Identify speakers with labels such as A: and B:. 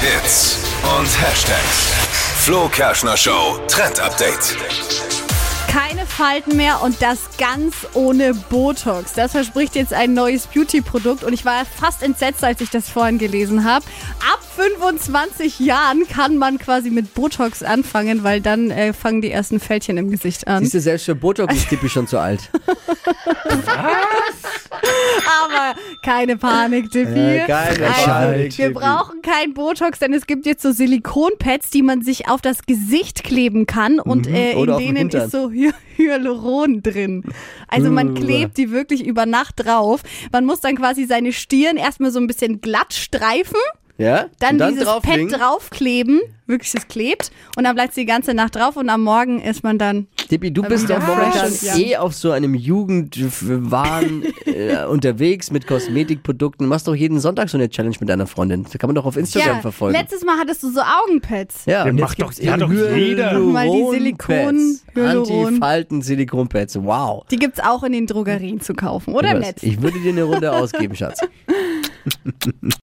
A: Hits und Hashtags. Flo Kerschner Show Trend Update.
B: Keine Falten mehr und das ganz ohne Botox. Das verspricht jetzt ein neues Beauty-Produkt und ich war fast entsetzt, als ich das vorhin gelesen habe. Ab 25 Jahren kann man quasi mit Botox anfangen, weil dann äh, fangen die ersten Fältchen im Gesicht an.
C: Siehst du, selbst für Botox ist Tippi schon zu alt.
B: Aber keine Panik, Tippi.
C: Ja, Äh, keine
B: Also,
C: Panik,
B: Wir
C: Tippi.
B: brauchen kein Botox, denn es gibt jetzt so Silikonpads, die man sich auf das Gesicht kleben kann und äh,
C: Mhm. Oder
B: in
C: auf den
B: denen
C: Hintern. Äh.
B: ist so Hy Hyaluron drin. Also man klebt die wirklich über Nacht drauf. Man muss dann quasi seine Stirn erstmal so ein bisschen glatt streifen.
C: Ja?
B: Dann,
C: Und dann
B: dieses
C: drauflegen?
B: Pad draufkleben, wirklich das klebt und dann bleibt es die ganze Nacht drauf und am Morgen ist man dann
C: Tippi, du
B: Dann
C: bist
B: wieder
C: doch momentan
B: fresh.
C: eh auf so einem Jugendwahn äh, unterwegs mit Kosmetikprodukten. Machst doch jeden Sonntag so eine Challenge mit deiner Freundin. Das kann man doch auf Instagram verfolgen.
B: Letztes Mal hattest du so Augenpads.
C: ja,
D: Der
C: und jetzt
D: macht doch-
C: gibt's
D: ja,
C: eben
D: doch jeder.
B: Mal die
C: Hyaluronpads.
B: Silikon- Hyaluron.
C: Anti-Falten-Silikonpads. Wow.
B: Die gibt's auch in den Drogerien zu kaufen oder im
C: Ich weiß.
B: Netz.
C: Ich würde dir eine Runde ausgeben, Schatz.